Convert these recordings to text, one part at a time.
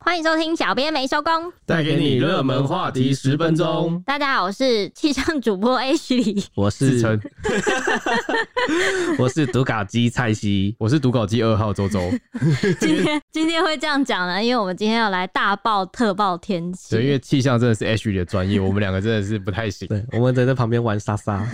欢迎收听《小编没收工》，带给你热门话题十分钟。大家好，我是气象主播 H 李。我自是称我是读稿机蔡西，我是读稿机二号周周，今天今天会这样讲呢，因为我们今天要来大爆特爆天对，因气。为气象真的是 H 的专业，我们两个真的是不太行。对，我们在在旁边玩莎 莎，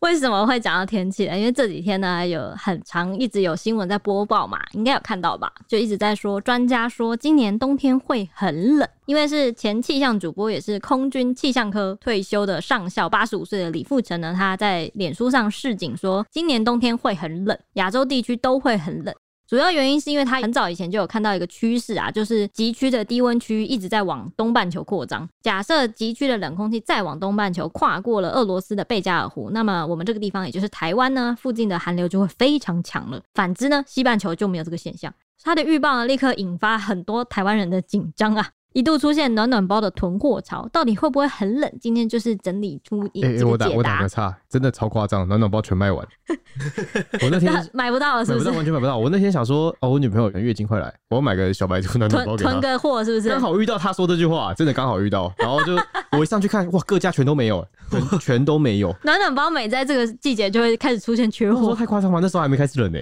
为什么会讲到天气呢？因为这几天呢有很长一直有新闻在播报嘛，应该有看到吧？就一直在说专家说今年冬天会很冷，因为是前气象主播也是空军气象科退休的上校，八十五岁的李富成呢，他在脸书上示警说今年冬天会很冷，亚洲地区都会很冷。主要原因是因为他很早以前就有看到一个趋势啊，就是极区的低温区一直在往东半球扩张。假设极区的冷空气再往东半球跨过了俄罗斯的贝加尔湖，那么我们这个地方，也就是台湾呢，附近的寒流就会非常强了。反之呢，西半球就没有这个现象。他的预报呢，立刻引发很多台湾人的紧张啊。一度出现暖暖包的囤货潮，到底会不会很冷？今天就是整理出一哎、这欸我个打解我打答个。岔，真的超夸张，暖暖包全 卖完。我那天那 买不到了是买不不是到，？完全买不到。我那天想说，哦，我女朋友月经快来，我要买个小白兔 暖暖囤包给她囤。个货是不是刚？好遇到她说这句话，真的刚好遇到，然后就我一上去看，哇，各家全都没有，全全 都没有。暖暖包每在这个季节就会开始出现缺我说货，太夸张了，那时候还没开始冷呢、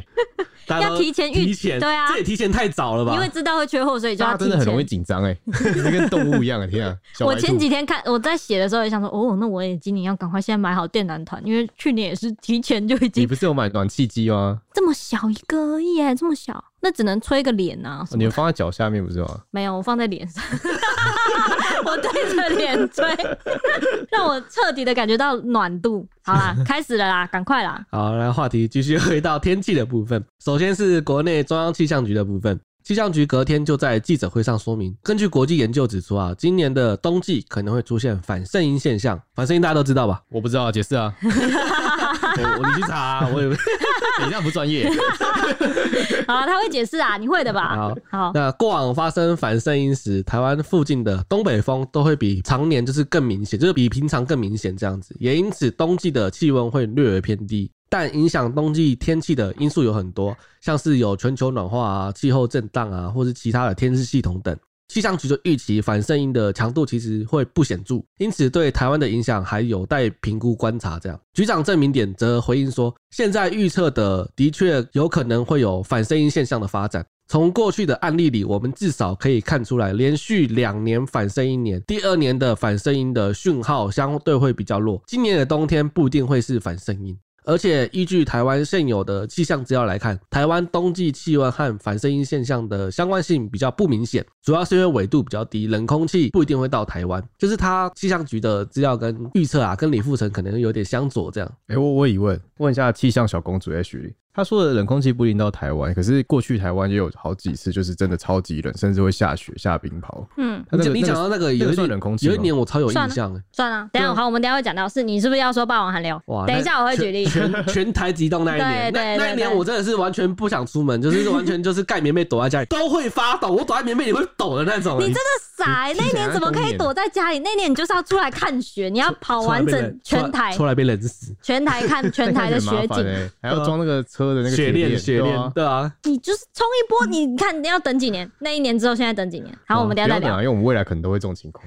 大家都要提前预提前对啊这也提前太早了吧？因为知道会缺货，所以就要大家提真的很容易前。紧张哎，你 跟动物一样啊！天啊，小我白前兔几天看我在写的时候也想说，哦，那我也今年要赶快现在买好电暖团，因为去年也是提前就已你经不是有买暖气机吗？这么小一个而已耶，这么小，那只能吹个脸啊。什哦么你们放在脚下面不是吗？没有，我放在脸上，我对着脸吹，让我彻底的感觉到暖度。好啦，开始了啦，赶快啦！好，来话题继续回到天气的部分。首先是国内中央气象局的部分，气象局隔天就在记者会上说明，根据国际研究指出啊，今年的冬季可能会出现反圣婴现象。反圣婴大家都知 道吧？我不知道，解释 啊！我我你去查啊、我也不你这样不专 业。好啦，他会解释啊，你会的吧？好。好，那过往发生反圣婴时，台湾附近的东北风都会比常年就是更明显，就是比平常更明显这样子，也因此冬季的气温会略微偏低。但影响冬季天气的因素有很多，像是有全球暖化啊、气候震荡啊，或是其他的天气系统等。气象局就预期反圣音的强度其实会不显著，因此对台湾的影响还有待评估观察。这样，局长郑明典则回应说，现在预测的的确有可能会有反声音现象的发展。从过去的案例里，我们至少可以看出来，连续两年反声音年，第二年的反声音的讯号相对会比较弱。今年的冬天不一定会是反声音。而且依据台湾现有的气象资料来看，台湾冬季气温和反声音现象的相关性比较不明显，主要是因为纬度比较低，冷空气不一定会到台湾。就是它气象局的资料跟预测啊，跟李富成可能有点相左这样。哎、我我有疑问，问一下气象小公主 H 里，她说的冷空气不一定到台湾，可是过去台湾也有好几次就是真的超级冷，甚至会下雪、下冰雹。嗯，她那个你讲那到个那个那有一算点冷空气吗有一年我超有算印了象欸，算了，等一下好，我们等一下会讲到是，你是不是要说霸王寒流？哇等一那下我会举例。 全全台激动那一对年，对那那对对一年我真的是完全不想出门，就是完全就是盖棉被躲 在家里，都会发抖，我躲在棉被里会抖的那种欸。你真的傻、欸！你那一你想年要怎么可冬以眠躲在家里？那一年你就是要出来看雪，你要跑出来完被整冷全台出来出来被冷死，全台看 全台的雪那感觉很麻烦景，欸还要装那个车的那个雪链，雪对链啊，对啊，你就是冲一波。你看你要等几年？那一年之后，现在等几年？好，我们不等一下要再等啊，聊因为我们未来可能都会这种情况。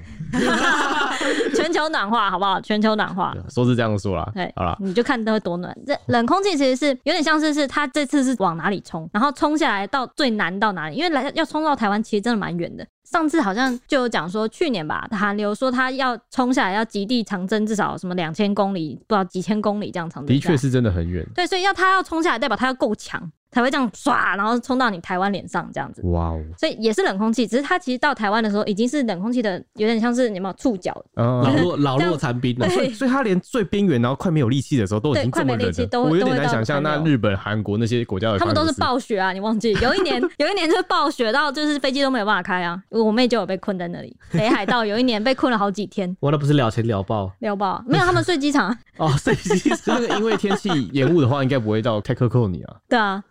全球暖化，好不好？全球暖化。啊说是这样说啦，对，好啦，你就看它会多暖。这冷空气其实是有点像是是它这次是往哪里冲，然后冲下来到最南到哪里，因为来要冲到台湾其实真的蛮远的。上次好像就有讲说，去年吧，韩流说它要冲下来要极地长征，至少什么两千公里，不知道几千公里这样长征。的确，是真的很远。对，所以要它要冲下来，代表它要够强，才会这样唰，然后冲到你台湾脸上这样子。哇哦，所以也是冷空气，只是它其实到台湾的时候已经是冷空气的，有点像是你有没有触角，老嗯。弱老这弱样残兵了。对所以他连最边缘，然后快没有力气的时候，都已对经这快么没力冷气了。都会我有都点会难到想象，寒那流日本、韩国那些国家的，他们都是爆。 暴雪啊！你忘记 有一年，有一年就是暴雪到就是飞机都没有办法开啊。我妹就有被困在那里，北海道有一年被困了好几天，哇，那不是聊钱聊爆没有 爆，没有他们睡机场啊，哦，所以其实那个因为天气延误的话，应该不会到太克扣你啊。对啊，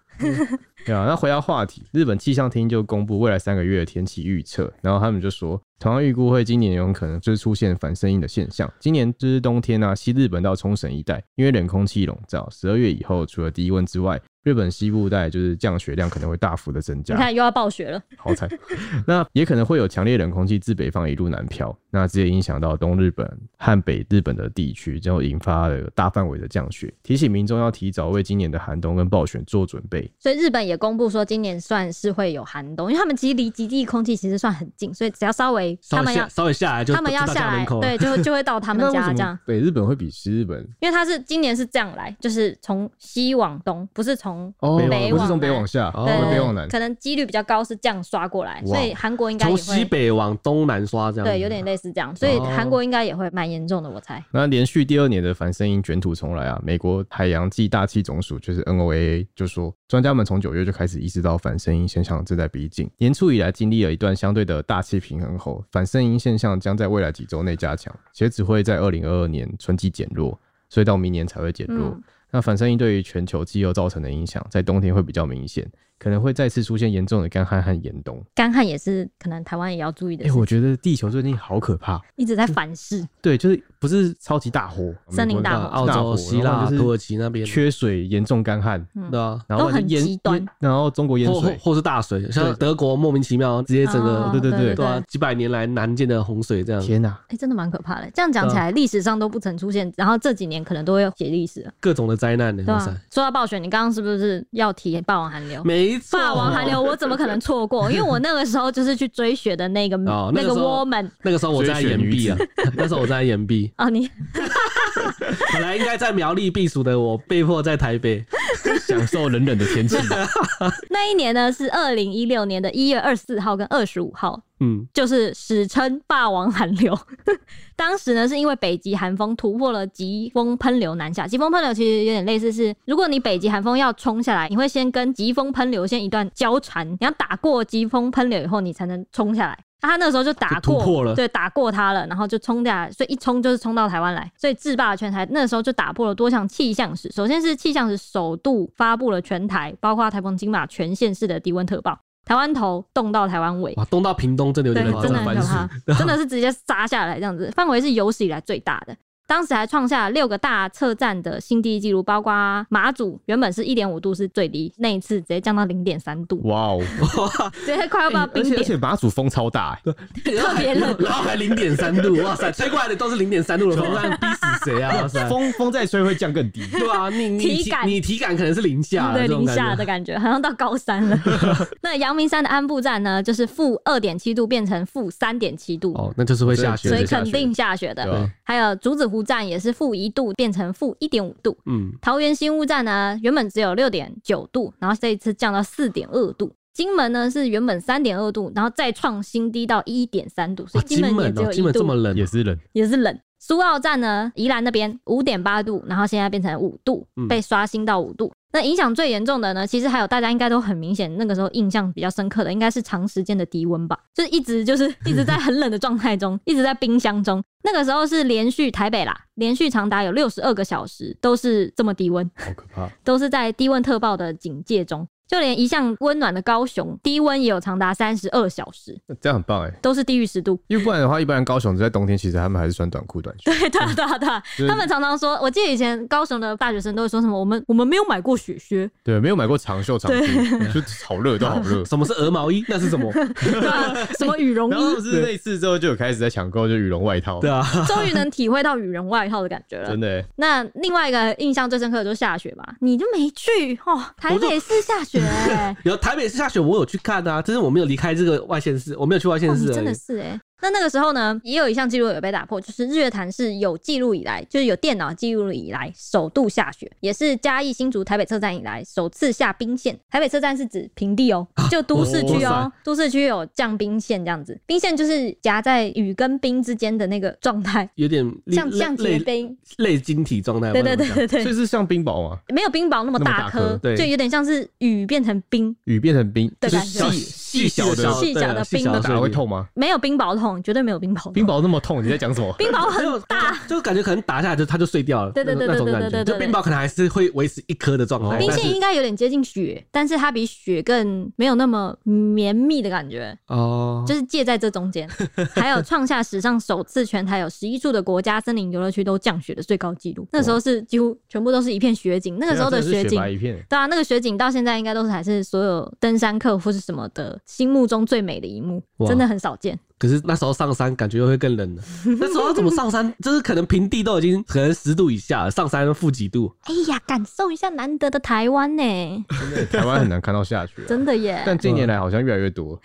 对啊，那回到话题，日本气象厅就公布未来三个月的天气预测，然后他们就说，同样预估会今年有可能就是出现反声音的现象。今年就是冬天啊，西日本到冲绳一带，因为冷空气笼罩，十二月以后除了低温之外，日本西部带就是降雪量可能会大幅的增你啊加。看又要暴雪了，好惨。 那也可能会有强烈冷空气自北方一路南飘，那直接影响到东日本和北日本的地区，然后引发了大范围的降雪，提醒民众要提早为今年的寒冬跟暴雪做准备。所以日本也公布说今年算是会有寒冬，因为他们其实离极地空气其实算很近，所以只要稍微稍他微们要下稍微下来就他们要就到下家来门，口啊对，了就就会到他们 那为家什这么样。北日本会比西日本？因为它是今年是这样来，就是从西往东，不是从哦北不是往从北南往下，哦不是对北往南。可能几率比较高是这样刷过来，哇所以韩国应该也从会西北往东南刷这样子，对，有点类似这样，所以哦韩国应该也会蛮严重的，我猜。那连续第二年的反声音卷土重来啊！美国海洋暨大气总署就是 NOAA 就说，专家们从九月就开始意识到反声音现象正在逼近。年初以来经历了一段相对的大气平衡后，反声音现象将在未来几周内加强，且只会在二零二二年春季减弱，所以到明年才会减弱。嗯那反声音对于全球气候造成的影响，在冬天会比较明显，可能会再次出现严重的干旱和严冬。干旱也是可能台湾也要注意的哎、事情，我觉得地球最近好可怕，一直在反噬。对，就是不是超级大火，森林大啊火澳大火洲、希然后腊、就是土耳其那边，缺水严重干旱，嗯对啊，然后都很淹极端淹然后中国淹或或水，或是大水，像德国莫名其妙直接整哦个对对对对对啊，几百年来难见的洪水这样，天哪！哎、真的蛮可怕的。这样啊讲起来，历史上都不曾出现，然后这几年可能都会写历史了，各种的灾难呢，对吧、哇塞，说到暴雪，你刚刚是不是要提霸王寒流？没错，霸王寒流，我怎么可能错过？因为我那个时候就是去追雪的那个、哦那那个个时候 woman 那个时候我在岩壁啊追，那时候我在岩壁，哦，你 本来应该在苗栗避暑的我，被迫在台北。享受冷冷的天气，那一年呢是二零一六年的一月二十四号跟二十五号，嗯，就是史称“霸王寒流” 。 当时呢，是因为北极寒风突破了疾风喷流南下。疾风喷流其实有点类似是，如果你北极寒风要冲下来，你会先跟疾风喷流先一段交缠，你要打过疾风喷流以后，你才能冲下来。那他那时候就打就突过，破了对，打过他了，然后就冲下来，所以一冲就是冲到台湾来，所以制霸全台。那时候就打破了多项气象史，首先是气象史首度发布了全台，包括台风金马全县市的低温特报，台湾头冻到台湾尾，哇，东到屏东真的有对，点夸真的张，很烦可死怕，真的是直接杀下来这样子，范围是有史以来最大的。当时还创下了六个大测站的新低纪录，包括马祖原本是一点五度是最低，那一次直接降到零点三度，哇 哦！直接快要到而冰且而点，且马祖风超大、欸，特别冷。然后还零点三度，哇塞，吹过来的都是零点三度的风，让逼死谁啊？哇塞，风风再吹会降更低。对啊，你你体感你体感可能是零嗯下了，对这种零感觉下的感觉，好像到高三了。那阳明山的安部站呢，就是负二点七度变成负三点七度，哦，那就是会下雪所以真的的。下肯雪定下雪的。对啊还有竹子湖站也是负一度变成负一点五度，嗯，桃园新屋站呢，原本只有六点九度，然后这一次降到四点二度。金门呢是原本三点二度，然后再创新低到一点三度，所哇以金门也门只有哦，金门一这么度，冷也，是冷，也是冷。苏澳站呢，宜兰那边五点八度，然后现在变成五度嗯，被刷新到五度。那影响最严重的呢，其实还有大家应该都很明显，那个时候印象比较深刻的应该是长时间的低温吧，就是一直 就是一直在很冷的状态中，一直在冰箱中。那个时候是连续台北啦，连续长达有六十二个小时都是这么低温。好可怕。都是在低温特报的警戒中。就连一向温暖的高雄，低温也有长达三十二小时，那这样很棒哎、欸，都是低于十度。因为不然的话，一般人高雄在冬天其实他们还是穿短裤短袖。 对对啊对啊对啊，就是他们常常说，我记得以前高雄的大学生都会说什么，我们我们没有买过雪 靴，对，没有买过长袖长裤，就好热，都好 热。什么是鹅毛衣？那是什么？对啊，什么羽绒然后衣他，们是那次之后就有开始在抢购，就羽绒外套。对啊，终于能体会到羽绒外套的感觉了真。的、欸，那另外一个印象最深刻的就是下雪吧，你就没去哦，台我就北市下雪、欸，有台北市下雪，我有去看啊，但是我没有离开这个外县市，我没有去外县哇，市你而已，真的是哎、那那个时候呢，也有一项记录有被打破，就是日月潭是有记录以来，就是有电脑记录以来首度下雪，也是嘉义新竹台北车站以来首次下冰线。台北车站是指平地哦、就都市区哇哦、都市区有降冰线这样子，冰线就是夹在雨跟冰之间的那个状态，有点类像像结类冰，类晶体状态。对对对我对所对。以是像冰雹嘛，没有冰雹那么那么大大颗颗，对就有点像是雨变成冰雨变成冰，的就是感觉细细小的细小的冰那的打会痛吗？没有冰雹痛，绝对没有冰雹痛。冰雹那么痛，你在讲什么？冰雹没有很大，就感觉可能打下来就它就碎掉了，对对对那那种对对对感觉。对就对冰雹可能还是会维持一颗的状态，冰但线是应该有点接近雪，但是它比雪更没有那么绵密的感觉。哦，就是介在这中 间，还有创下史上首次全台有十一处的国家森林游乐区都降雪的最高纪录。那时候是几乎全部都是一片雪景，那个时候的真是雪景白一片，对啊，那个雪景到现在应该都是还是所有登山客或是什么的心目中最美的一幕，哇真的很少见。可是那时候上山感觉又会更冷了。那时候要怎么上山？就是可能平地都已经可能十度以下了，上山负几度？哎呀，感受一下难得的台湾呢，台湾很难看到下雪 啊、真的 耶！但近年来好像越来越多，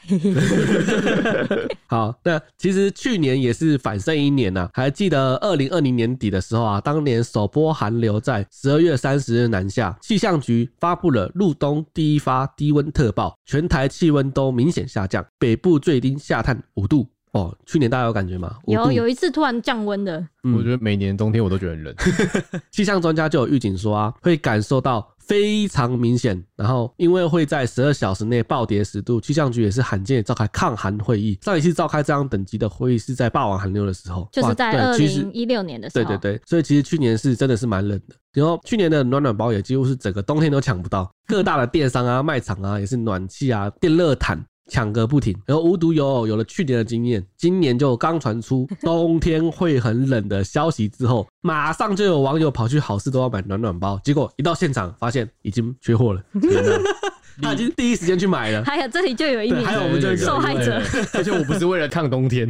好，那其实去年也是反胜一年呐、啊还记得二零二零年底的时候啊，当年首波寒流在十二月三十日南下，气象局发布了入冬第一发低温特报，全台气温都明显下降，北部最低下探五度。哦，去年大家有感觉吗？五有度有一次突然降温的，嗯我觉得每年冬天我都觉得 很冷。气象专家就有预警说啊，会感受到非常明显，然后因为会在十二小时内暴跌十度，气象局也是罕见地召开抗寒会议。上一次召开这样等级的会议是在霸王寒流的时候，就是哇在对二其实零一六年的时对候，对对，所以其实去年是真的是蛮冷的。然后去年的暖暖包也几乎是整个冬天都抢不到，各大的电商啊、卖场啊也是暖气啊、电热毯抢个不停。然后无独有偶，有了去年的经验，今年就刚传出冬天会很冷的消息之后，马上就有网友跑去好事多要买暖暖包，结果一到现场发现已经缺货了， 他已经第一时间去买了。还有这里就有一对名还有我们这个受害者，对，而且我不是为了抗冬 天，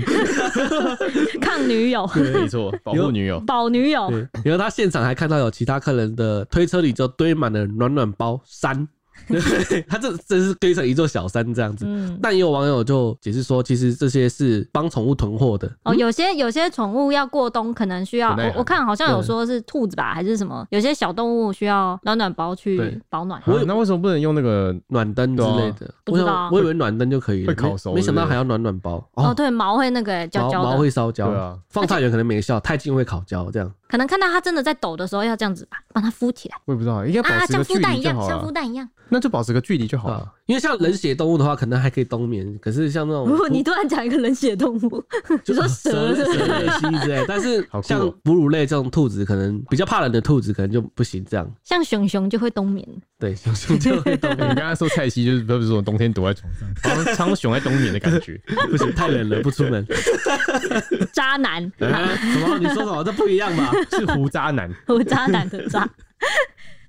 抗女友、没错，保护女友。 保女友，对，然后他现场还看到有其他客人的推车里就堆满了暖暖包山，对他这真是堆成一座小山这样子。嗯。但也有网友就解释说，其实这些是帮宠物囤货的，哦，有些有些宠物要过冬，可能需要不耐我寒我看好像有对说是兔子吧，还是什么？有些小动物需要暖暖包对去保暖。我那为什么不能用那个？暖灯之类的。对啊我不知道想啊我以为暖灯就可以了，会烤熟没没想到对不对还要暖暖包哦，。对，毛会那个欸焦毛焦毛的，会烧焦，对啊放太远可能没效，太近会烤焦。这样可能看到它真的在抖的时候，要这样子把把它敷起来我也不知道，应该啊，保持像个孵距蛋离一就样，好像了孵。蛋一样。那就保持个距离就好了。啊，因为像冷血动物的话，可能还可以冬眠，可是像那种如果你突然讲一个冷血动物， 就你说蛇哦蛇是不是类、蜥蜴之类，但是好酷哦像哺乳类这种兔子，可能比较怕冷的兔子，可能就不行这样。像熊熊就会冬眠，对，熊熊就 会冬你刚刚说蔡西就是不是说冬天躲在床上， 好像苍熊在冬眠的感觉。不行，太冷了，不出门。渣男， 啊什么？你说什么？这不一样吧？是胡渣男，我渣男的渣。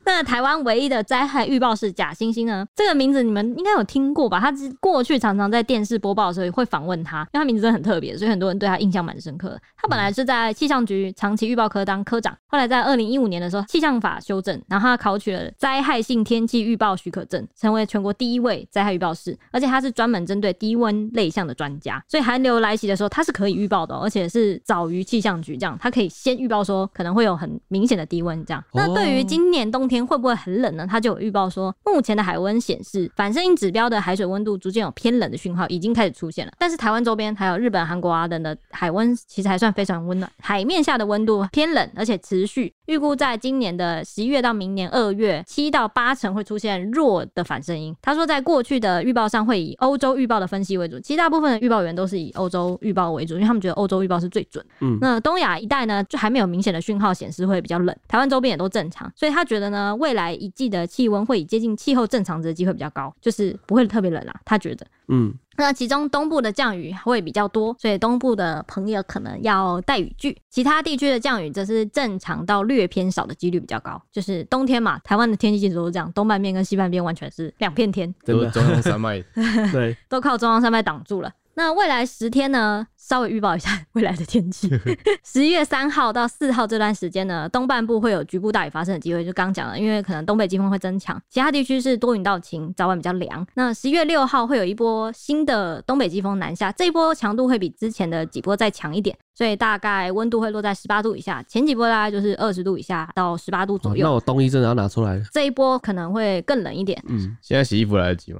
那台湾唯一的灾害预报是假星星呢？这个名字你们应该有听过吧？他之过去常常在电视播报的时候会访问他，因为他名字真的很特别，所以很多人对他印象蛮深刻的。他本来是在气象局长期预报科当科长，后来在二零一五年的时候，气象法修正，然后他考取了灾害性天气预报许可证，成为全国第一位灾害预报师，而且他是专门针对低温类项的专家，所以寒流来袭的时候，他是可以预报的哦、而且是早于气象局这样，他可以先预报说可能会有很明显的低温这样。那对于哦今年冬天会不会很冷呢？他就有预报说，目前的海温显示，反射应指标的海水温度逐渐有偏冷的讯号已经开始出现了。但是台湾周边还有日本、韩国啊等的海温其实还算非常温暖，海面下的温度偏冷，而且持续。预估在今年的十一月到明年二月，七到八成会出现弱的反射音。他说，在过去的预报上会以欧洲预报的分析为主，其实大部分的预报员都是以欧洲预报为主，因为他们觉得欧洲预报是最准。嗯那东亚一带呢，就还没有明显的讯号显示会比较冷，台湾周边也都正常，所以他觉得呢，未来一季的气温会以接近气候正常值的机会比较高，就是不会特别冷啦、他觉得。 嗯，那其中东部的降雨会比较多，所以东部的朋友可能要带雨具。其他地区的降雨则是正常到略偏少的几率比较高。就是冬天嘛，台湾的天气一直都是这样，东半边跟西半边完全是两片天，真 都的是中央山脉，对，都靠中央山脉挡住了。那未来十天呢，稍微预报一下 未来的天气。 十一月三号到四号这段时间呢，东半部会有局部大雨发生的机会，就刚讲了，因为可能东北季风会增强，其他地区是多云到晴，早晚比较凉。那十一月六号会有一波新的东北季风南下，这一波强度会比之前的几波再强一点，所以大概温度会落在十八度以下，前几波大概就是二十度以下到十八度哦左那右。我冬衣真的要拿出来了。这一波可能会更冷一 点，嗯，现在洗衣服来得及吗？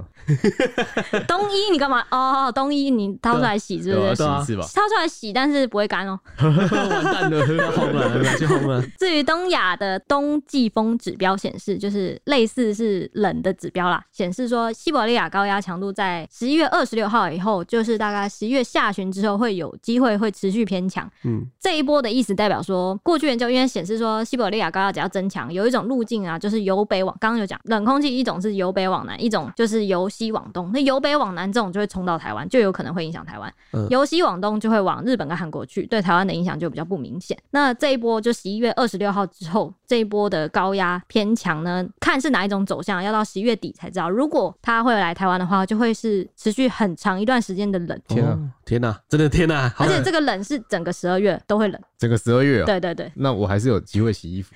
冬衣你干嘛？哦，冬衣你掏出来洗是对不吧？是？啊洗一次吧？掏出来洗，但是不会干哦。啊 完蛋了，轰 了，拿去轰了。至于东亚的冬季风指标显示，就是类似是冷的指标啦，显示说西伯利亚高压强度在十一月二十六号以后，就是大概十一月下旬之后会有机会会持续偏强。嗯，这一波的意思代表说，过去研究因为显示说西伯利亚高压只要增强，有一种路径啊，就是由北往，刚刚有讲冷空气一种是由北往南，一种就是由西往东。那由北往南这种就会冲到台湾，就有可能会影响台湾。嗯由西往东就会往日本跟韩国去，对台湾的影响就比较不明显。那这一波就十一月二十六号之后，这一波的高压偏强呢，看是哪一种走向，要到十一月底才知道。如果它会来台湾的话，就会是持续很长一段时间的冷。天啊哦，天哪，真的天哪！好而且冷这个冷是整个十二月都会冷，整个十二月啊，对对对，那我还是有机会洗衣服，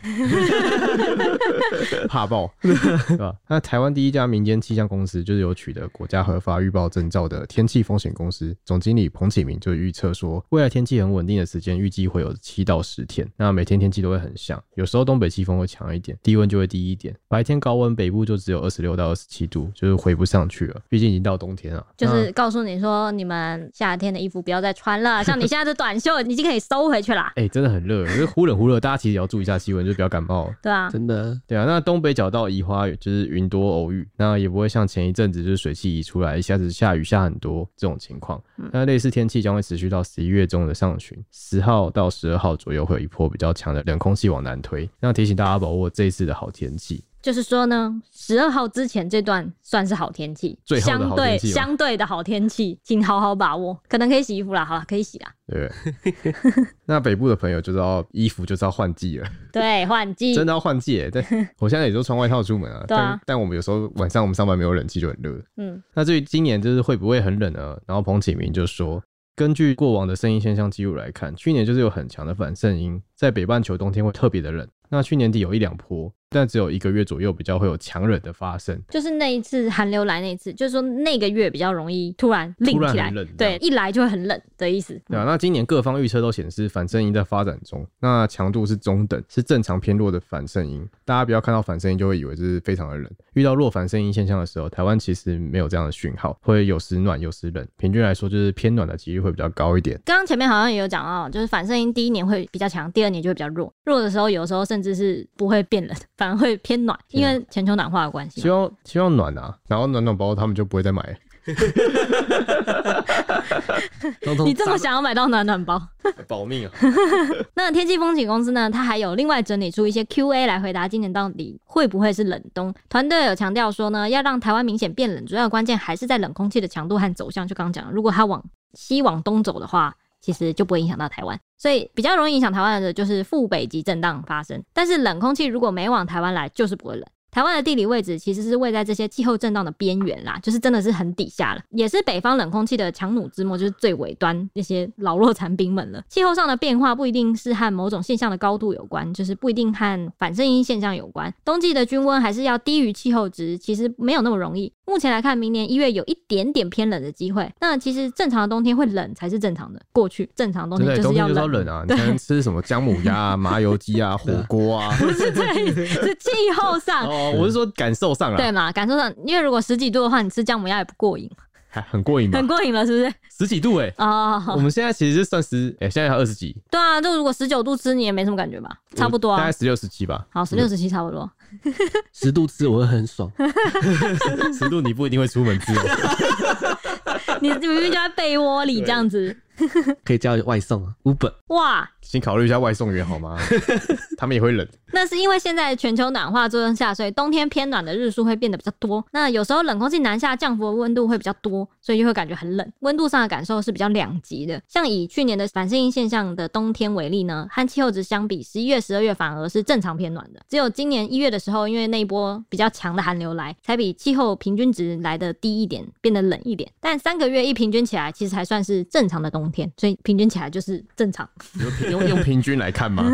怕爆，对吧？那台湾第一家民间气象公司，就是有取得国家核发预报证照的天气风险公司总经理彭启明就预测说，未来天气很稳定的时间，预计会有七到十天。那每天天气都会很像，有时候东北季风会强一点，低温就会低一点。白天高温，北部就只有二十六到二十七度，就是回不上去了，毕竟已经到冬天啊了。就是告诉你说，你们夏天的衣服不要再穿了，像你现在的短袖已经可以收回去啦，哎、真的很热，就是忽冷忽热，大家其实也要注意一下气温，就不要感冒。对啊，真的对啊，那东北角到宜花就是云多偶雨，那也不会像前一阵子就是水汽移出来，一下子下雨下很多这种情况。嗯那类似天气将会持续到十一月中的上旬，十号到十二号左右会有一波比较强的冷空气往南推，那提醒大家把握这一次的好天气。就是说呢，十二号之前这段算是好天气，最后的相好对天气吗哦相对的好天气，请好好把握，可能可以洗衣服啦，好啦，可以洗啦。对 不对，那北部的朋友就知道衣服就是要换季了，对，换季，真的要换季 耶。但我现在也都穿外套出门啊，对啊但但我们有时候晚上我们上班没有冷气就很热。嗯，那至于今年就是会不会很冷呢？然后彭启明就说，根据过往的声音现象记录来看，去年就是有很强的反圣音，在北半球冬天会特别的冷。那去年底有一两波，但只有一个月左右比较会有强冷的发生。就是那一次寒流来那一次，就是说那个月比较容易突然突令然起来很冷，这对，样一来就会很冷的意思。对啊，那今年各方预测都显示反圣音在发展中，那强度是中等，是正常偏弱的反圣音。大家不要看到反圣音就会以为这是非常的冷。遇到弱反圣音现象的时候，台湾其实没有这样的讯号，会有时暖有时冷，平均来说就是偏暖的几率会比较高一点。刚刚前面好像也有讲到，就是反射音第一年会比较强，第二年就会比较弱，弱的时候有时候甚至是不会变冷， 反而会偏暖，因为全球暖化的关系希嘛。望 希望暖啊，然后暖暖包他们就不会再买了。通通你这么脏想要买到暖暖包？ 保命啊！那天气风景公司呢，它还有另外整理出一些 Q&A 来回答今年到底会不会是冷冬。团队有强调说呢，要让台湾明显变冷，主要关键还是在冷空气的强度和走向。就刚刚讲，如果它往西往东走的话，其实就不会影响到台湾。所以比较容易影响台湾的就是副北极震荡发生，但是冷空气如果没往台湾来，就是不会冷。台湾的地理位置其实是位在这些气候震荡的边缘啦，就是真的是很底下了，也是北方冷空气的强弩之末，就是最尾端那些老弱残兵们了。气候上的变化不一定是和某种现象的高度有关，就是不一定和反射音现象有关。冬季的均温还是要低于气候值，其实没有那么容易。目前来看，明年一月有一点点偏冷的机会。那其实正常的冬天会冷才是正常的，过去正常的冬真的，哦天就冬是天要就是要冷，冷啊，你对才能吃什么姜母 鸭啊、麻油鸡啊、火锅啊。是 对，是气候上。 哦，我是说感受上对啦，嘛？感受上，因为如果十几度的话，你吃姜母鸭也不过瘾，还很过瘾吧很？过瘾了，是不是？十几度哎，我哦，们现在其实是算十，哎，现在还二十几，对啊，就如果十九度吃你也没什么感觉吧，差不多大啊概。十六十七吧。好，十六十七差不多。十度吃我会很 爽，十度你不一定会出门吃哦， 你你明明就在被窝里这样子，可以叫外送啊，Uber。哇！请考虑一下外送员 好吗？他们也会冷，那是因为现在全球暖化作用下，所以冬天偏暖的日数会变得比较多。那有时候冷空气南下降幅的温度会比较多，所以就会感觉很冷。温度上的感受是比较两极的。像以去年的反射音现象的冬天为例呢，和气候值相比，十一月、十二月反而是正常偏暖的。只有今年一月的时候，因为那一波比较强的寒流来，才比气候平均值来的低一点，变得冷一点。但三个月一平均起来，其实还算是正常的冬天，所以平均起来就是正常。用用平均来看嘛，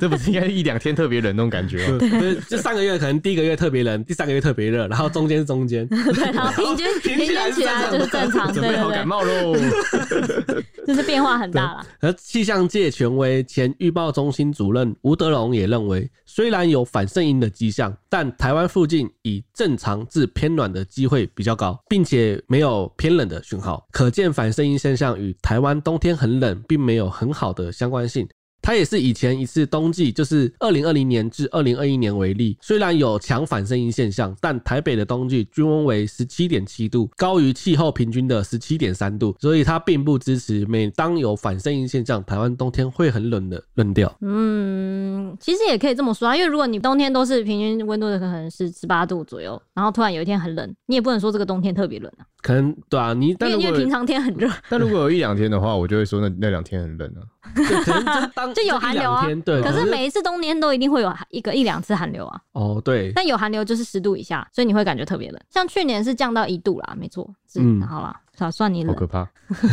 这不是应该一两天特别冷那种感觉吗？ 对，就上个月可能第一个月特别冷，第三个月特别热，然后中间是中间，对，然后平均平均起来就是正常，对准备好对感冒喽。对，就是变化很大啦。而气象界权威、前预报中心主任吴德荣也认为，虽然有反圣音的迹象，但台湾附近以正常至偏暖的机会比较高，并且没有偏冷的讯号，可见反圣音现象与台湾冬天很冷，并没有很好的相关性。它也是以前一次冬季，就是二零二零年至二零二一年为例，虽然有强反声音现象，但台北的冬季均温为十七点七度，高于气候平均的十七点三度，所以它并不支持每当有反声音现象，台湾冬天会很冷的论调。嗯，其实也可以这么说啊，因为如果你冬天都是平均温度的可能是十八度左右，然后突然有一天很冷，你也不能说这个冬天特别冷啊，可能对啊，你因但为如因为平果常天很热，但如果有一两天的话，我就会说那那两天很冷啊。对可能就 当就有一寒流啊两天对，可是每一次冬天都一定会有一个一两次寒流啊，哦对， 但有寒流就是十度以下，所以你会感觉特别冷。像去年是降到一度啦，没错，是、嗯好啦，算算你好冷。可怕。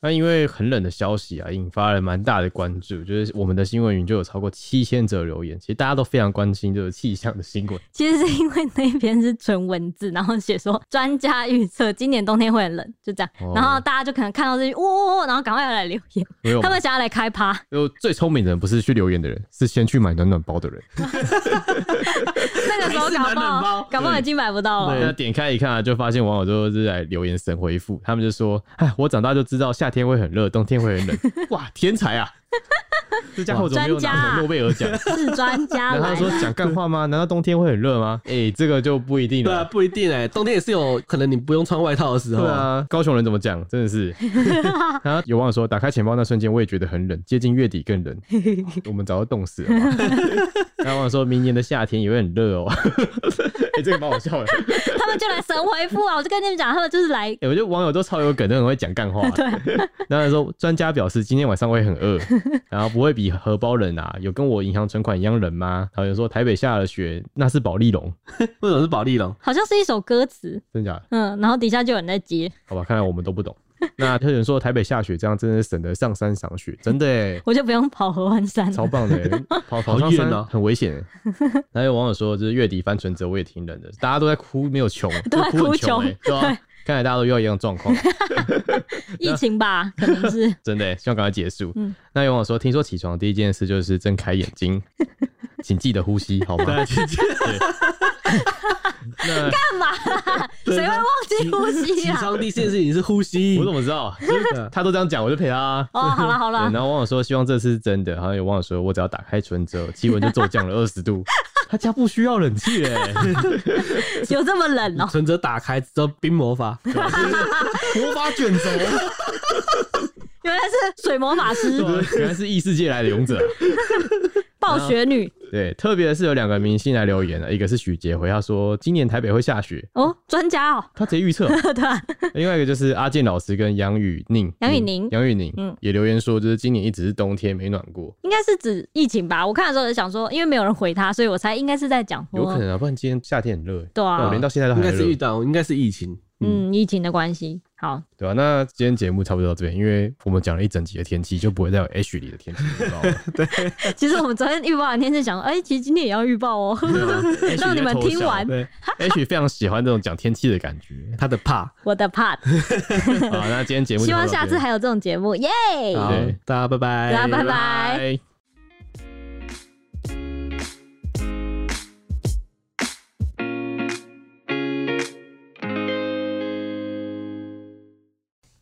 那因为很冷的消息啊，引发了蛮大的关注，就是我们的新闻云就有超过七千则留言，其实大家都非常关心这个气象的 新闻。其实是因为那边是纯文字，然后写说专家预测今年冬天会很冷，就这样。哦然后大家就可能看到这句，哇、哦然后赶快来留言，没有他吗，们想要来开趴。 就最聪明的人不是去留言的人，是先去买暖暖包 的人。那个时候搞还是不暖暖好包搞不好已经买不到对，了。那点开一看啊，就发现网友都是来留言神回复，他们就说：“哎，我长大就知道夏天会很热，冬天会 很冷。”哇，天才啊！这家伙怎么没专有家啊拿什么诺贝尔 奖？是专家然后来他说了，讲干话吗？难道冬天会很热吗？哎、这个就不一定对啊，了。不一定哎、冬天也是有可能你不用穿外套的时候对。啊，高雄人怎么讲？真的 是。然后有网友说，打开钱包那瞬间，我也觉得很冷，接近月底更 冷，我们早就冻死 了吧。然后网友说明年的夏天也会很热 哦。哎、这个蛮好笑 的。 他们就来神回复啊！我就跟你们讲，他们就是来。欸我觉得网友都超有梗，都很会讲干话。 对，然后说专家表示今天晚上会很饿，然后不会比荷包冷啊，有跟我银行存款一样冷吗？然后有人说台北下了雪，那是保利龙，为什么是保 利龙？好像是一首歌词，真假的？嗯，然后底下就有人在接，好吧，看来我们都不懂。那有人说台北下雪，这样真的省得上山赏雪，真的哎、我就不用跑合欢山超了。棒的欸、跑跑好上远山哦很危险、欸。然后有网友说，就是月底翻存折我也挺冷的，大家都在哭，没有穷，都在哭哭很穷、穷欸，对吧、看来大家都遇到一样的状况。疫情 吧，可能是真的耶，欸希望赶快结束。嗯那有网友说，听说起床第一件事就是睁开眼睛， 请记得呼吸，好吗？对，姐姐那干嘛啦？ 谁会忘记呼吸起啊？床第一件事情是呼吸我。怎么知道？他都这样讲，我就陪他啊。哦，好了好对了然，后网友说，希望这次是真的。好像有网友说，我只要打开存折，气温就骤降了二十度。 他家不需要冷气欸耶，有这么冷哦、存折打开之后，冰魔法，魔法卷轴，原来是水魔法师、原来是异世界来的勇 者。啊暴雪女对，特别是有两个明星来留言啊了，一个是许杰回他说，今年台北会下雪，哦，专家哦、他直接预测。 对吧、 另外一个就是阿健老师跟杨宇宁，杨宇宁杨宇宁，嗯也留言说，就是今年一直是冬天没暖过，应该是指疫情吧？我看的时候想说，因为没有人回他，所以我猜应该是在讲有可说，能啊，不然今天夏天很热欸，对我哦啊连，到现在都应还该热是，遇到，应该是疫情。嗯，疫情的关系。好，对吧、啊那今天节目差不多到这边，因为我们讲了一整集的天气，就不会再有 H 里的天气预 报了，哎其实我们昨天预报完天气，想说，哎、其实今天也要预报哦、 啊对吧让你们听完对，哎，H 非常喜欢这种讲天气的感 觉。他的怕。我的 part。好，那今天节目就希到望这下次边啊还有这种节目，耶、好对，大家拜拜，大家拜拜拜